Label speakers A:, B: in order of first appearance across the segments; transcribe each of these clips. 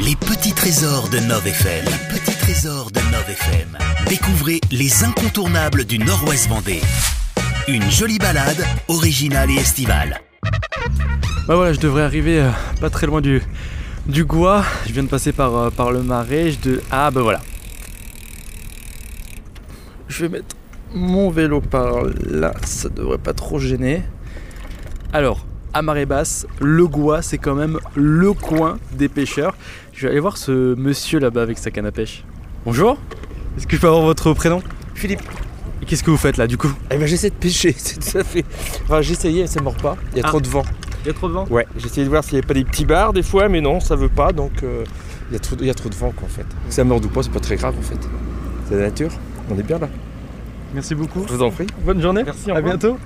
A: Les petits trésors de Nov FM. Les petits trésors de Nov FM. Découvrez les incontournables du Nord-Ouest Vendée. Une jolie balade, originale et estivale.
B: Bah voilà, je devrais arriver euh, pas très loin du, du Gois. Je viens de passer par, euh, par le marais. Je de... Ah bah voilà. Je vais mettre mon vélo par là. Ça devrait pas trop gêner. Alors, à marée basse, le Gois, c'est quand même le coin des pêcheurs. Je vais aller voir ce monsieur là-bas avec sa canne à pêche. Bonjour. Est-ce que je peux avoir votre prénom
C: Philippe,
B: Et qu'est-ce que vous faites là du coup
C: eh ben j'essaie de pêcher, c'est tout à fait. Enfin, j'essayais, ça ne mord pas. Il y a
B: Ah.
C: trop de vent.
B: Il y a trop de vent.
C: Ouais, j'essayais de voir s'il n'y avait pas des petits bars des fois, mais non, ça veut pas, donc euh, il y, a trop- il y a trop de vent quoi en fait. Que Ça mord ou pas, c'est pas très grave en fait. C'est la nature, on est bien là.
B: Merci beaucoup.
C: Je vous en prie.
B: Bonne journée.
C: Merci,
B: à bientôt.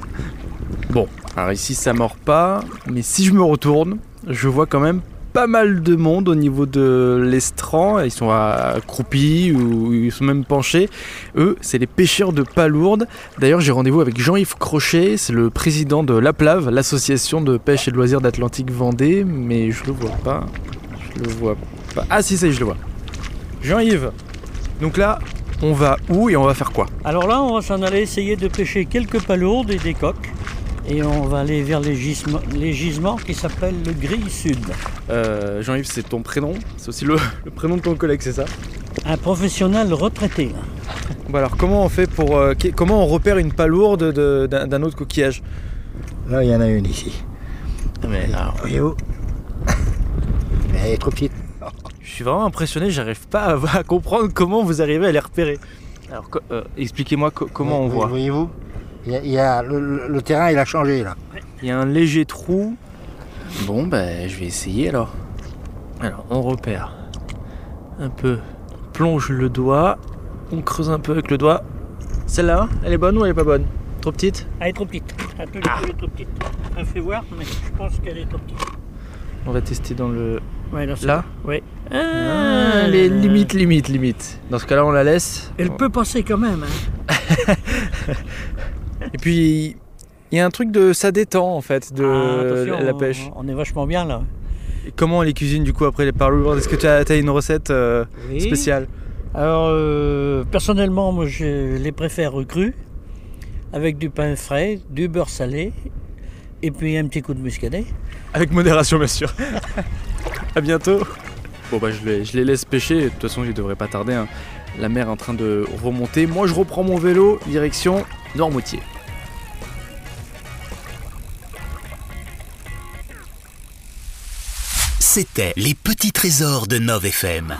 B: Bon, alors ici ça mord pas, mais si je me retourne, je vois quand même pas mal de monde au niveau de l'estran. Ils sont accroupis ou ils sont même penchés. Eux, c'est les pêcheurs de palourdes. D'ailleurs, j'ai rendez-vous avec Jean-Yves Crochet, c'est le président de l'APLAV, l'association de pêche et de loisirs d'Atlantique Vendée, mais je le vois pas. Je le vois pas. Ah si, ça y est, je le vois. Jean-Yves, donc là, on va où et on va faire quoi
D: Alors là, on va s'en aller essayer de pêcher quelques palourdes et des coques. Et on va aller vers les gisements, les gisements qui s'appellent le Grille Sud.
B: Euh, Jean-Yves, c'est ton prénom, c'est aussi le, le prénom de ton collègue, c'est ça
D: Un professionnel retraité.
B: Bah alors comment on fait pour euh, qu'est- comment on repère une palourde de- d'un d'un autre coquillage Ah,
E: Là, il y en a une ici.
B: Mais alors,
E: Et où Mais Elle est trop petite.
B: je suis vraiment impressionné, j'arrive pas à, à comprendre comment vous arrivez à les repérer. Alors co- euh, expliquez-moi co- comment on
E: Vous-
B: voit.
E: Voyez-vous il y a, il y a- le, le- le terrain, il a changé là.
B: Il y a un léger trou. Bon bah je vais essayer alors. Alors on repère. Un peu. On Plonge le doigt. On creuse un peu avec le doigt. Celle-là, elle est bonne ou elle est pas bonne Trop petite
D: Elle est trop petite. Elle peut-
B: Ah.
D: elle est trop petite. Elle fait voir, mais je pense qu'elle est trop petite.
B: On va tester dans le
D: Ouais, là, c'est-
B: Là
D: Ouais.
B: Ah, elle est limite, limite, limite. Dans ce cas-là, on la laisse.
D: Elle peut passer quand même. hein.
B: Et puis, il y a un truc de ça détend en fait, de
D: Ah, attention,
B: Euh, la
D: on-
B: pêche.
D: On est vachement bien là.
B: Et comment on les cuisine du coup après les parlourdes Est-ce que tu as, t'as une recette euh,
D: Oui.
B: spéciale
D: Alors, euh, personnellement, moi, je les préfère crus, avec du pain frais, du beurre salé, et puis un petit coup de muscadet.
B: Avec modération, bien sûr. à bientôt. Bon, bah, je les, je les laisse pêcher. De toute façon, ils devraient pas tarder. hein. La mer est en train de remonter. Moi, je reprends mon vélo, direction Noirmoutier.
A: C'était Les petits trésors de Nov FM.